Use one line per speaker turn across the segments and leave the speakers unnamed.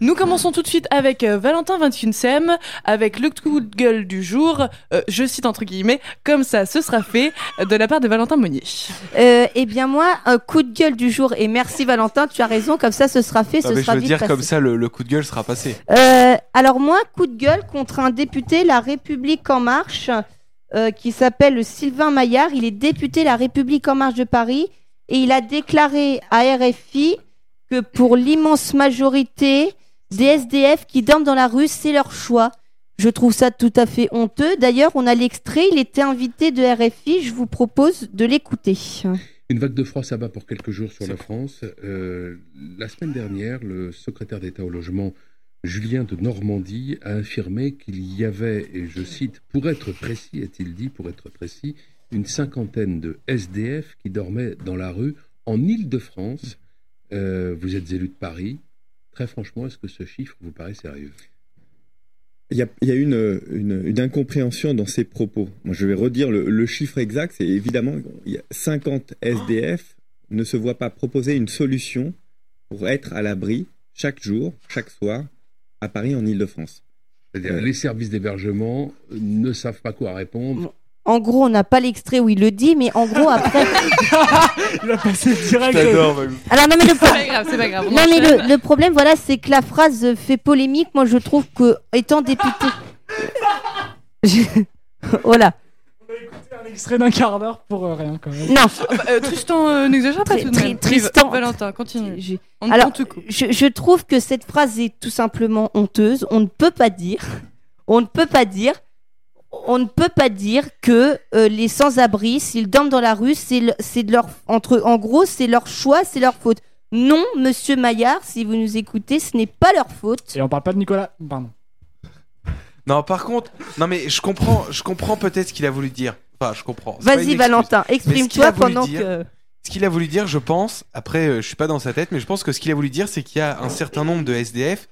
Nous commençons tout de suite avec euh, Valentin 21 sem avec le coup de gueule du jour, euh, je cite entre guillemets, comme ça ce sera fait, euh, de la part de Valentin Monnier.
Euh, eh bien moi, un coup de gueule du jour et merci Valentin, tu as raison, comme ça ce sera fait,
Non,
ce
Ah mais je
sera
veux
vite
dire,
passé.
comme ça, le, le coup de gueule sera passé.
Euh, alors moi, coup de gueule contre un député La République en marche euh, qui s'appelle Sylvain Maillard. Il est député La République en marche de Paris et il a déclaré à RFI que pour l'immense majorité des SDF qui dorment dans la rue, c'est leur choix. Je trouve ça tout à fait honteux. D'ailleurs, on a l'extrait, il était invité de RFI, je vous propose de l'écouter.
Une vague de froid s'abat pour quelques jours sur la France. Euh, la semaine dernière, le secrétaire d'État au logement, Julien de Normandie, a affirmé qu'il y avait, et je cite, pour être précis, a-t-il dit, pour être précis, une cinquantaine de SDF qui dormaient dans la rue en Île-de-France. Euh, vous êtes élu de Paris. Très franchement, est-ce que ce chiffre vous paraît sérieux
Il y a, il y a une, une- une incompréhension dans ces propos. Moi, je vais redire le, le chiffre exact. C'est évidemment, il y a 50 SDF ne se voient pas proposer une solution pour être à l'abri chaque jour, chaque soir, à Paris, en Ile-de-France.
C'est-à-dire,
Euh.
les services d'hébergement ne savent pas quoi répondre.
En gros, on n'a pas l'extrait où il le dit, mais en gros, après...
Il a passé direct.
Alors non, mais le
C'est pas grave, c'est pas grave. on
Non mais
enchaîne.
le, le problème voilà c'est que la phrase euh, fait polémique. Moi je trouve que étant député, Je- voilà.
Un euh, extrait d'un quart d'heure pour euh, rien quand même.
Non,
Euh, Tristan, euh, n'exagère pas
Tri-
tout de même.
tri- Tristan.
Valentin, continue.
je,
On,
Alors-
on te coupe.
je- je trouve que cette phrase est tout simplement honteuse. On ne peut pas dire, on ne peut pas dire, on ne peut pas dire que euh, les sans-abri s'ils dorment dans la rue c'est le- c'est de leur entre en gros c'est leur choix, c'est leur faute. Non, Monsieur Maillard, si vous nous écoutez, ce n'est pas leur faute.
Et on parle pas de Nicolas. Pardon.
Non, par contre, non, mais je comprends, je comprends peut-être ce qu'il a voulu dire. Enfin, je comprends. C'est pas une
Vas-y
excuse.
Valentin,
qu'il a
exprime-toi
voulu
pendant
dire,
que.
Ce qu'il a voulu dire, je pense, après, euh, je suis pas dans sa tête, mais je pense que ce qu'il a voulu dire, c'est qu'il y a un certain nombre de SDF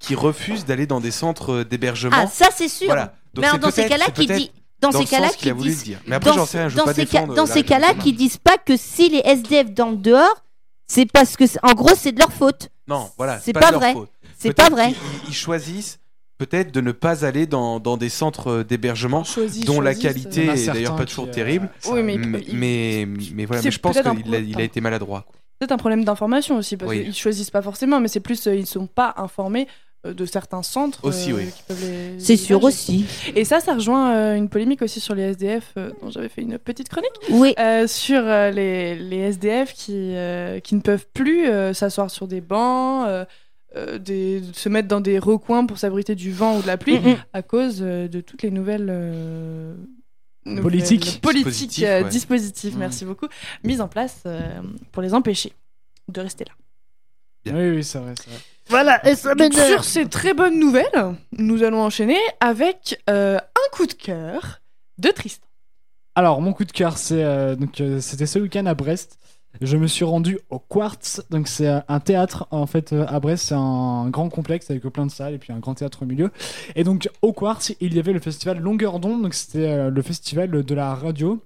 qui refusent d'aller dans des centres euh, d'hébergement.
Ah, ça c'est sûr.
Voilà.
mais
Donc, c'est
alors, dans ces
peut-être-
cas-là,
c'est
qui
peut-être
dit, dans
dans
ces
le
cas-là,
sens qu'il
qui
a voulu
disent,
dire. Mais après,
dans,
j'en sais rien, je veux
dans
pas
ces
défendre euh,
cas, dans
la
ces
région
cas-là,
de
qui disent pas que si les SDF dans le dehors, c'est parce que, c'est- en gros, c'est de leur faute.
Non, voilà,
c'est
c'est pas,
pas
de leur
vrai.
faute.
C'est
Peut-être
pas vrai.
qu'ils- Ils, choisissent peut-être de ne pas aller dans, dans des centres euh, d'hébergement dont la qualité
Il y en a
est d'ailleurs
certains
pas
qui,
toujours
euh,
terrible.
ça-
Oui, mais-
Mais,
il-
mais, mais voilà,
c'est
mais je pense
peut-être un
qu'il a, il a
problème.
été maladroit. quoi.
Peut-être un problème d'information aussi, parce
Oui.
qu'ils choisissent pas forcément, mais c'est plus euh, ils ne sont pas informés euh, de certains centres euh,
Aussi, oui.
qui peuvent les.
C'est sûr
héberger.
aussi.
Et ça, ça rejoint euh, une polémique aussi sur les SDF, euh, dont j'avais fait une petite chronique.
Oui.
Euh, sur euh, les, les SDF qui, euh, qui ne peuvent plus euh, s'asseoir sur des bancs, euh, euh, des- se mettre dans des recoins pour s'abriter du vent ou de la pluie,
Mm, mm.
à cause euh, de toutes les nouvelles... euh, nouvelles
Politiques.
politiques,
Dispositifs,
euh,
ouais.
dispositifs,
Mm.
merci beaucoup, mises en place euh, pour les empêcher de rester là.
Oui, oui, c'est vrai, c'est vrai.
Voilà, sur ces très bonnes nouvelles, nous allons enchaîner avec euh, un coup de cœur de Tristan.
Alors, mon coup de cœur, c'est euh, donc euh, c'était ce week-end à Brest. Je me suis rendu au Quartz, donc c'est euh, un théâtre en fait euh, à Brest, c'est un grand complexe avec plein de salles et puis un grand théâtre au milieu. Et donc au Quartz, il y avait le festival Longueur d'onde, donc c'était euh, le festival de la radio.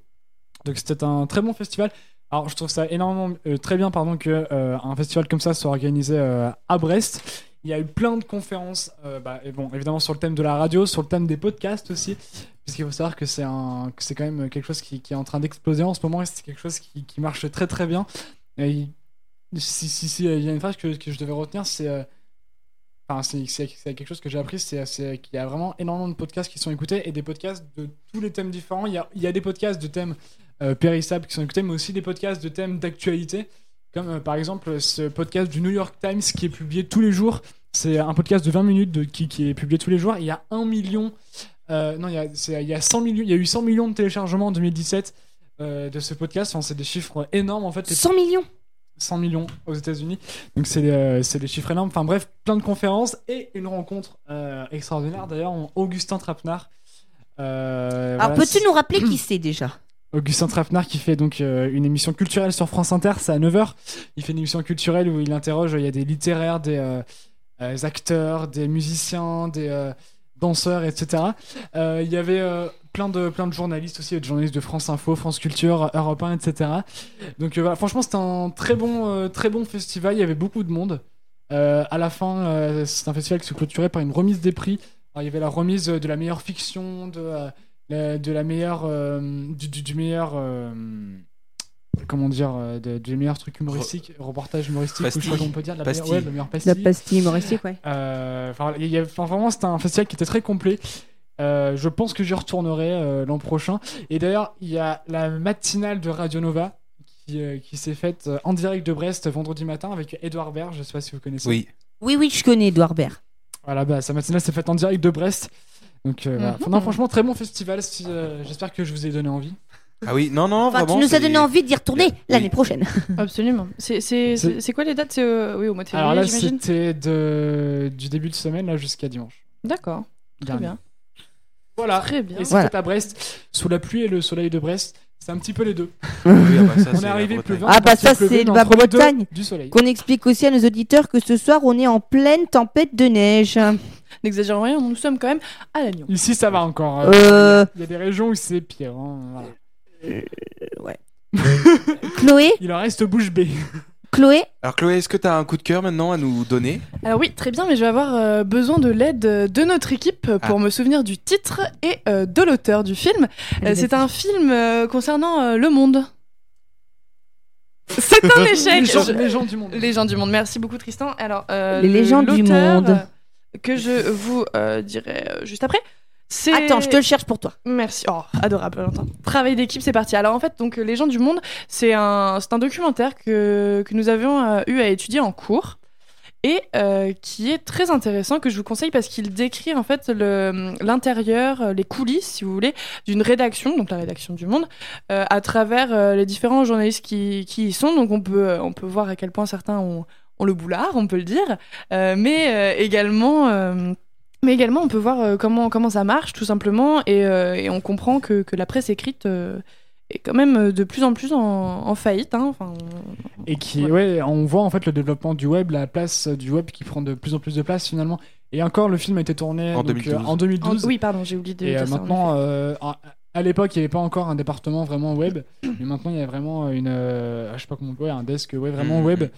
Donc c'était un très bon festival. Alors je trouve ça énormément euh, très bien pardon que euh, un festival comme ça soit organisé euh, à Brest. Il y a eu plein de conférences, euh, bah, et bon évidemment sur le thème de la radio, sur le thème des podcasts aussi. Parce qu'il faut savoir que c'est un, que c'est quand même quelque chose qui, qui est en train d'exploser en ce moment et c'est quelque chose qui, qui marche très très bien. Et il- si, si, si, il y a une phrase que, que je devais retenir, c'est. euh, Enfin, c'est, c'est- c'est quelque chose que j'ai appris, c'est, c'est qu'il y a vraiment énormément de podcasts qui sont écoutés et des podcasts de tous les thèmes différents. Il y a, il y a des podcasts de thèmes euh, périssables qui sont écoutés, mais aussi des podcasts de thèmes d'actualité, comme euh, par exemple ce podcast du New York Times qui est publié tous les jours. C'est un podcast de 20 minutes de, qui, qui est publié tous les jours. Il y a un million euh, non, il y, a, c'est- il y a 100 millions, il y a eu 100 millions de téléchargements en 2017 euh, de ce podcast. Enfin, c'est des chiffres énormes en fait. les
100 millions.
100 millions aux États-Unis. Donc c'est euh, c'est des chiffres énormes. Enfin bref, plein de conférences et une rencontre euh, extraordinaire d'ailleurs en Augustin Trapenard. Euh,
Alors,
voilà,
Ah, peux-tu nous rappeler qui c'est déjà
Augustin Trapenard qui fait donc euh, une émission culturelle sur France Inter, c'est à 9h. Il fait une émission culturelle où il interroge, euh, il y a des littéraires, des euh, euh, acteurs, des musiciens, des euh, danseurs, etc. Euh, il y avait euh, plein, de, plein de journalistes aussi, des journalistes de France Info, France Culture, Europe 1, etc. Donc euh, voilà, franchement c'était un très bon, euh, très bon festival, il y avait beaucoup de monde. Euh, à la fin, euh, c'est un festival qui se clôturait par une remise des prix. Alors, il y avait la remise euh, de la meilleure fiction, de, euh, la, de la meilleure, euh, du, du- du meilleur, euh, comment dire, euh, de- du meilleur truc humoristique, reportage humoristique, ou je sais pas
Pastille.
comment on peut dire, de la meilleure,
Pastille.
ouais, de la meilleure
La
pastille.
pastille humoristique, ouais.
Euh, enfin, il y a- enfin, vraiment, c'était un festival qui était très complet. Euh, je pense que j'y retournerai euh, l'an prochain. Et d'ailleurs, il y a la matinale de Radio Nova qui, euh, qui s'est faite euh, en direct de Brest vendredi matin avec Edouard Baird. Je sais pas si vous connaissez.
Oui.
Oui, oui, je connais Edouard Baird.
Voilà, bah, sa matinale s'est faite en direct de Brest. Donc, euh, voilà.
Mhm.
Enfin, non, franchement, très bon festival. si, euh, J'espère que je vous ai donné envie.
Ah oui, non, non,
Enfin,
vraiment.
tu nous as
c'est-
donné envie d'y retourner
Oui.
l'année prochaine.
Absolument. C'est- C'est
C'est-
c'est- c'est quoi les dates C'est euh, oui, au mois de
Hum. Alors là,
février, j'imagine
c'était de... du début de semaine là, jusqu'à dimanche.
D'accord, très
dernier.
bien.
Voilà.
Très bien.
Et c'était
Voilà.
à Brest, sous la pluie et le soleil de Brest. C'est un petit peu les deux.
Oui, ah bah, ça,
on
c'est
est
la
arrivé
Bretagne.
pleuvant.
Ah,
on est
bah,
parti
ça,
pleuvant
c'est
dans
la
entre les deux
Bretagne.
Du soleil.
Qu'on explique aussi à nos auditeurs que ce soir, on est en pleine tempête de neige.
N'exagérons rien, nous sommes quand même à la Lyon.
Ici, ça va encore. euh,
Euh,
Il y a des régions où c'est pire. hein, voilà.
Chloé,
Il en reste bouche bée.
Chloé,
Alors Chloé, est-ce que tu as un coup de cœur maintenant à nous donner
Alors oui, très bien, mais je vais avoir euh, besoin de l'aide euh, de notre équipe euh, pour me souvenir du titre et euh, de l'auteur du film. Euh, c'est un film euh, concernant euh, le monde. C'est un échec.
les, gens,
Je-
les gens du monde.
Les gens du monde. Merci beaucoup Tristan. Alors euh,
Les
le-
légendes du
l'auteur,
monde.
euh, que je vous euh, dirai euh, juste après. C'est-
attends, je te le cherche pour toi.
Merci. Oh, adorable. Valentin. Travail d'équipe, c'est parti. Alors en fait, donc euh, Les gens du monde, c'est un, c'est un documentaire que, que nous avions euh, eu à étudier en cours et euh, qui est très intéressant, que je vous conseille parce qu'il décrit en fait le- l'intérieur, euh, les coulisses, si vous voulez, d'une rédaction, donc la rédaction du Monde, euh, à travers euh, les différents journalistes qui, qui y sont. Donc on peut, euh, on peut voir à quel point certains ont, ont le boulard, on peut le dire, Euh, mais euh, également... euh, mais également, on peut voir euh, comment, comment ça marche, tout simplement, et, euh, et on comprend que, que la presse écrite euh, est quand même euh, de plus en plus en, en faillite. hein. Enfin, on-
Et qui, ouais, on voit en fait le développement du web, la place euh, du web qui prend de plus en plus de place finalement. Et encore, le film a été tourné
En
donc, euh,
2012.
en
en-
2012.
oui, pardon, j'ai oublié de
Et
dire
euh,
ça, en
maintenant, euh, à- à l'époque, il n'y avait pas encore un département vraiment web, mais maintenant il y a vraiment une, euh, je sais pas comment on peut, un desk ouais, vraiment
Mhm.
web.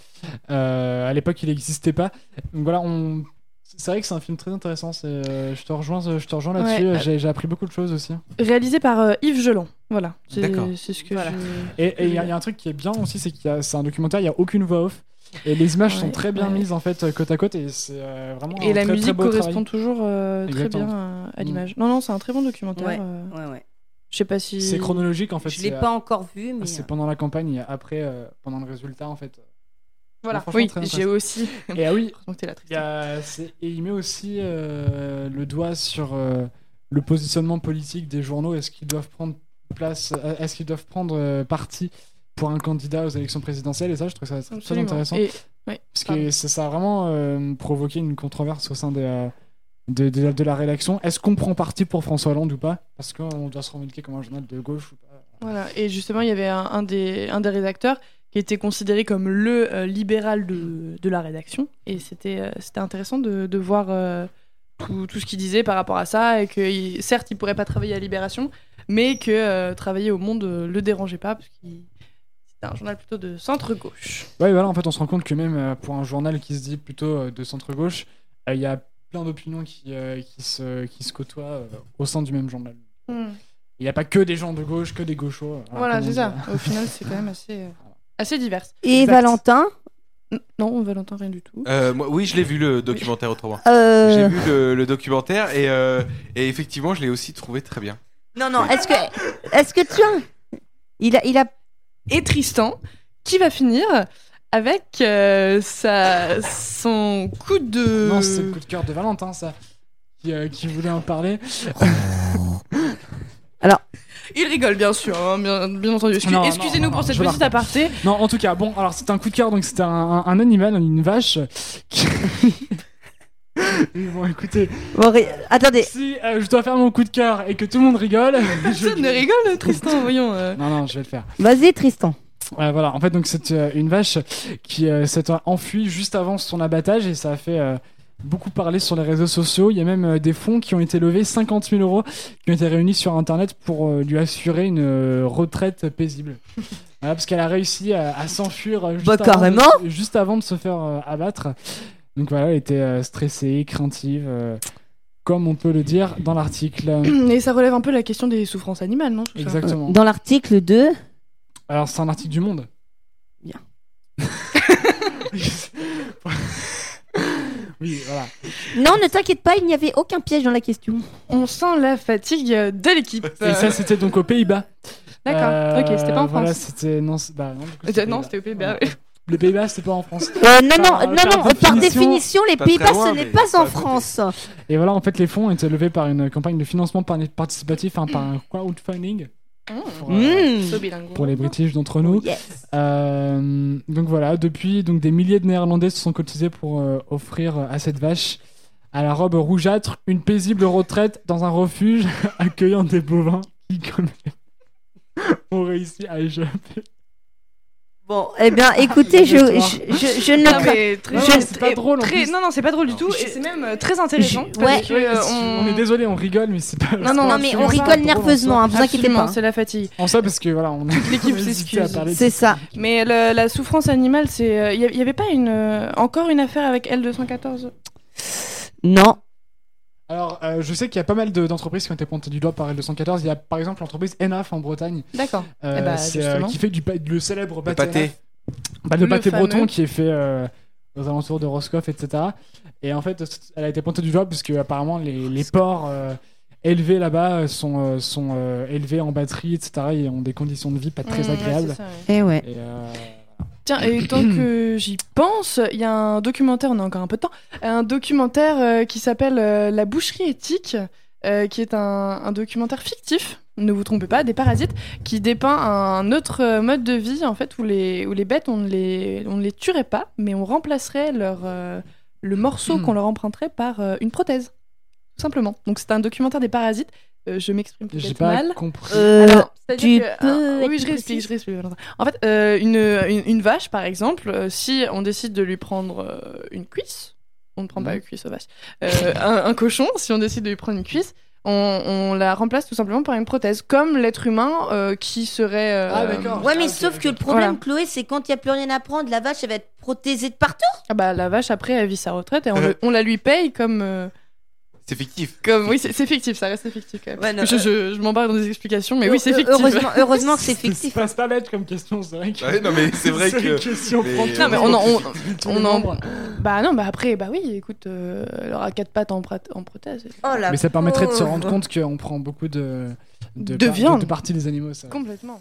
Euh, à l'époque, il n'existait pas. Donc voilà, on. C'est vrai que c'est un film très intéressant. c'est, euh, je te rejoins, je te rejoins là-dessus.
Ouais.
J'ai- J'ai appris beaucoup de choses aussi.
réalisé par euh, Yves Gelon. Voilà, c'est
D'accord.
c'est ce que
Voilà.
je-
Et et il y, a il y a un truc qui est bien aussi, c'est qu'il y a- c'est un documentaire. Il n'y a aucune voix off. Et les images sont
Ouais,
très bien
ouais.
mises en fait côte à côte et c'est euh, vraiment
Et
un
la
très, très
musique
beau
correspond
travail.
toujours euh, très
Exactement. Mm.
bien euh, à l'image. Non, non, c'est un très bon documentaire.
Ouais.
euh,
Ouais, ouais.
je sais pas si.
C'est chronologique en fait.
Je l'ai
c'est, euh, ah,
pas encore vu, mais. euh.
C'est pendant la campagne et après euh, pendant le résultat en fait.
Voilà,
Franchement,
oui,
très
j'ai
intéressant.
aussi.
Et ah oui,
Heureusement que t'es là,
il y
Tristan.
a- c'est- et il met aussi euh, le doigt sur euh, le positionnement politique des journaux. Est-ce qu'ils doivent prendre place euh, Est-ce qu'ils doivent prendre euh, parti pour un candidat aux élections présidentielles Et ça, je trouve ça très, très
Absolument.
intéressant
Et-
parce
pardon.
que ça, ça a vraiment euh, provoqué une controverse au sein des, euh, de, de- de la rédaction. Est-ce qu'on prend parti pour François Hollande ou pas Parce qu'on doit se revendiquer comme un journal de gauche ou pas.
Voilà, et justement, il y avait un, un des, un des rédacteurs qui était considéré comme le euh, libéral de, de la rédaction. Et c'était euh, c'était intéressant de, de voir euh, tout, tout ce qu'il disait par rapport à ça. Et que, il- certes, il pourrait pas travailler à Libération, mais que euh, travailler au Monde euh, le dérangeait pas, parce qu'il c'était un journal plutôt de centre-gauche.
Ouais, voilà, en fait, on se rend compte que même euh, pour un journal qui se dit plutôt euh, de centre-gauche, euh, il y a plein d'opinions qui, euh, qui, se, qui se côtoient euh, au sein du même journal. Il n'y a pas que des gens de gauche, que des gauchos. euh,
Voilà,
comme on
c'est
dit.
ça. Au final, c'est quand même assez, euh, assez divers.
Et
Exact.
Valentin
N- Non, Valentin, rien du tout.
Euh, moi- Oui, je l'ai vu le documentaire autrement.
euh,
J'ai vu le, le documentaire et, euh, et effectivement, je l'ai aussi trouvé très bien.
Non, non, est-ce que, est-ce que tu as. Il a, il a.
et Tristan qui va finir avec euh, sa, son coup de.
Non, c'est le coup de cœur de Valentin, ça, qui, euh, qui voulait en parler.
Il rigole bien sûr, hein, bien, bien entendu. Excuse-
Non, non,
Excusez-nous
non,
pour
non,
cette
je la
petite aparté.
Non, en tout cas, bon, alors c'était un coup de cœur, donc c'était un, un- un animal, une vache. qui- Oui, bon, écoutez,
Bon, ré- Attendez,
si euh, je dois faire mon coup de cœur et que tout le monde rigole. je-
Personne ne rigole, Tristan, voyons. euh.
Non, non, je vais le faire.
vas-y, Tristan.
Ouais, voilà, en fait, donc c'est euh, une vache qui euh, s'est enfuie juste avant son abattage et ça a fait euh, beaucoup parler sur les réseaux sociaux. Il y a même euh, des fonds qui ont été levés, 50 000 euros, qui ont été réunis sur Internet pour euh, lui assurer une euh, retraite paisible. Voilà, parce qu'elle a réussi à, à s'enfuir euh, juste,
Bah,
avant de-
carrément
juste avant de se faire euh, abattre. Donc voilà, elle était euh, stressée, craintive, euh, comme on peut le dire dans l'article.
Et ça relève un peu la question des souffrances animales, non tout ça
Exactement.
Dans l'article 2,
Alors c'est un article du Monde.
Bien.
oui, voilà.
non, ne t'inquiète pas, il n'y avait aucun piège dans la question.
On sent la fatigue de l'équipe.
Et ça c'était donc aux Pays-Bas.
D'accord,
Euh,
ok, c'était pas en
voilà,
France.
c'était non, c'est- bah, non, du coup,
Euh, non, c'était aux Pays-Bas,
Ouais. Les Pays-Bas, c'était pas en France.
Euh, non, non,
Par-
non,
par
non, par
définition,
définition, les
pas très
Pays-Bas,
loin,
ce n'est
mais
pas
pas à
en
côté.
France.
Et voilà, en fait, les fonds ont été levés par une campagne de financement par- participatif, hein, par un crowdfunding
Oh.
pour, euh,
Mmh.
So bilingue.
pour les British d'entre
Oh,
nous.
Yes.
Euh, donc voilà, depuis, donc des milliers de Néerlandais se sont cotisés pour euh, offrir euh, à cette vache, à la robe rougeâtre, une paisible retraite dans un refuge accueillant des bovins qui, comme elle, ont réussi à
Eh,
échapper.
Bon, eh bien, écoutez, je, je, je, je ne
Non,
crains-
mais très-
Non,
très-
c'est pas drôle, en
très-
plus.
Non, non, c'est pas drôle du
Non.
tout.
Je-
Et c'est même euh, très intéressant.
Ouais.
parce que, euh,
on... est désolé, on rigole, mais c'est pas.
Non, non,
Non,
non,
mais
c'est
on
pas
rigole
drôle,
nerveusement, hein, vous inquiétez
Absolument,
pas. hein.
c'est la fatigue.
En ça, parce que voilà, on a.
L'équipe
on a hésité
s'excuse.
à parler de-
C'est ça.
Mais le- la souffrance animale, c'est. Il n'y avait pas une, euh, encore une affaire avec L214
Non.
Alors, euh, je sais qu'il y a pas mal de- d'entreprises qui ont été pointées du doigt par L214. Il y a par exemple l'entreprise ENAF en Bretagne,
D'accord.
euh,
Eh bah,
c'est, euh,
justement.
qui fait du pa- le célèbre
Le
pâté.
pâté.
ENAF. Bah, le
Le
pâté
fameux.
breton qui est fait euh, aux alentours de Roscoff, etc. Et en fait, elle a été pointée du doigt parce que apparemment les, les porcs euh, élevés là-bas sont, euh, sont euh, élevés en batterie, etc. Et ont des conditions de vie pas très
Mm, ouais, c'est
agréables.
ça, ouais.
Eh ouais.
Et, euh,
Tiens, et tant que j'y pense, il y a un documentaire, on a encore un peu de temps, un documentaire euh, qui s'appelle euh, La boucherie éthique, euh, qui est un, un documentaire fictif, ne vous trompez pas, des parasites, qui dépeint un autre euh, mode de vie, en fait, où les, où les bêtes, on ne les, on ne les tuerait pas, mais on remplacerait leur, euh, le morceau
Mm.
qu'on leur emprunterait par euh, une prothèse, tout simplement. Donc c'est un documentaire des parasites, Euh, je m'exprime
J'ai
peut-être
pas
mal.
compris.
Euh,
Alors, c'est-à-dire
tu
que-
peux
ah, oui,
être
je réexplique,
précis
je réexplique. Valentin. En fait, euh, une, une, une vache, par exemple, euh, si on décide de lui prendre euh, une cuisse, on ne prend
Mhm.
pas une cuisse aux vaches, euh, un, un cochon, si on décide de lui prendre une cuisse, on, on la remplace tout simplement par une prothèse, comme l'être humain euh, qui serait. euh,
Ah, d'accord.
Ouais, mais
Ah, ok,
sauf
ok.
que le problème,
Voilà.
Chloé, c'est quand il n'y a plus rien à prendre, la vache, elle va être protégée de partout.
ah bah, la vache, après, elle vit sa retraite
Euh.
et on, le- on la lui paye comme. euh,
C'est fictif.
comme oui, c'est c'est fictif, ça reste fictif quand même.
Ouais, non,
je
euh,
je, je m'embarque dans des explications, mais oui, c'est
Euh,
fictif.
Heureusement, heureusement que c'est
C'est
fictif.
pas- c'est pas bête comme question, c'est vrai que.
Ouais, non, mais c'est vrai que.
Si on
mais-
prend tout-
Non, mais on en- on-
tout
on en-
le nombre.
Bah non, bah après, bah oui, écoute, euh, elle aura quatre pattes en, prat- en prothèse.
Oh la
Mais ça permettrait de se
pauvre.
rendre compte qu'on prend beaucoup de,
De viande.
de parties des animaux. Ça.
Complètement.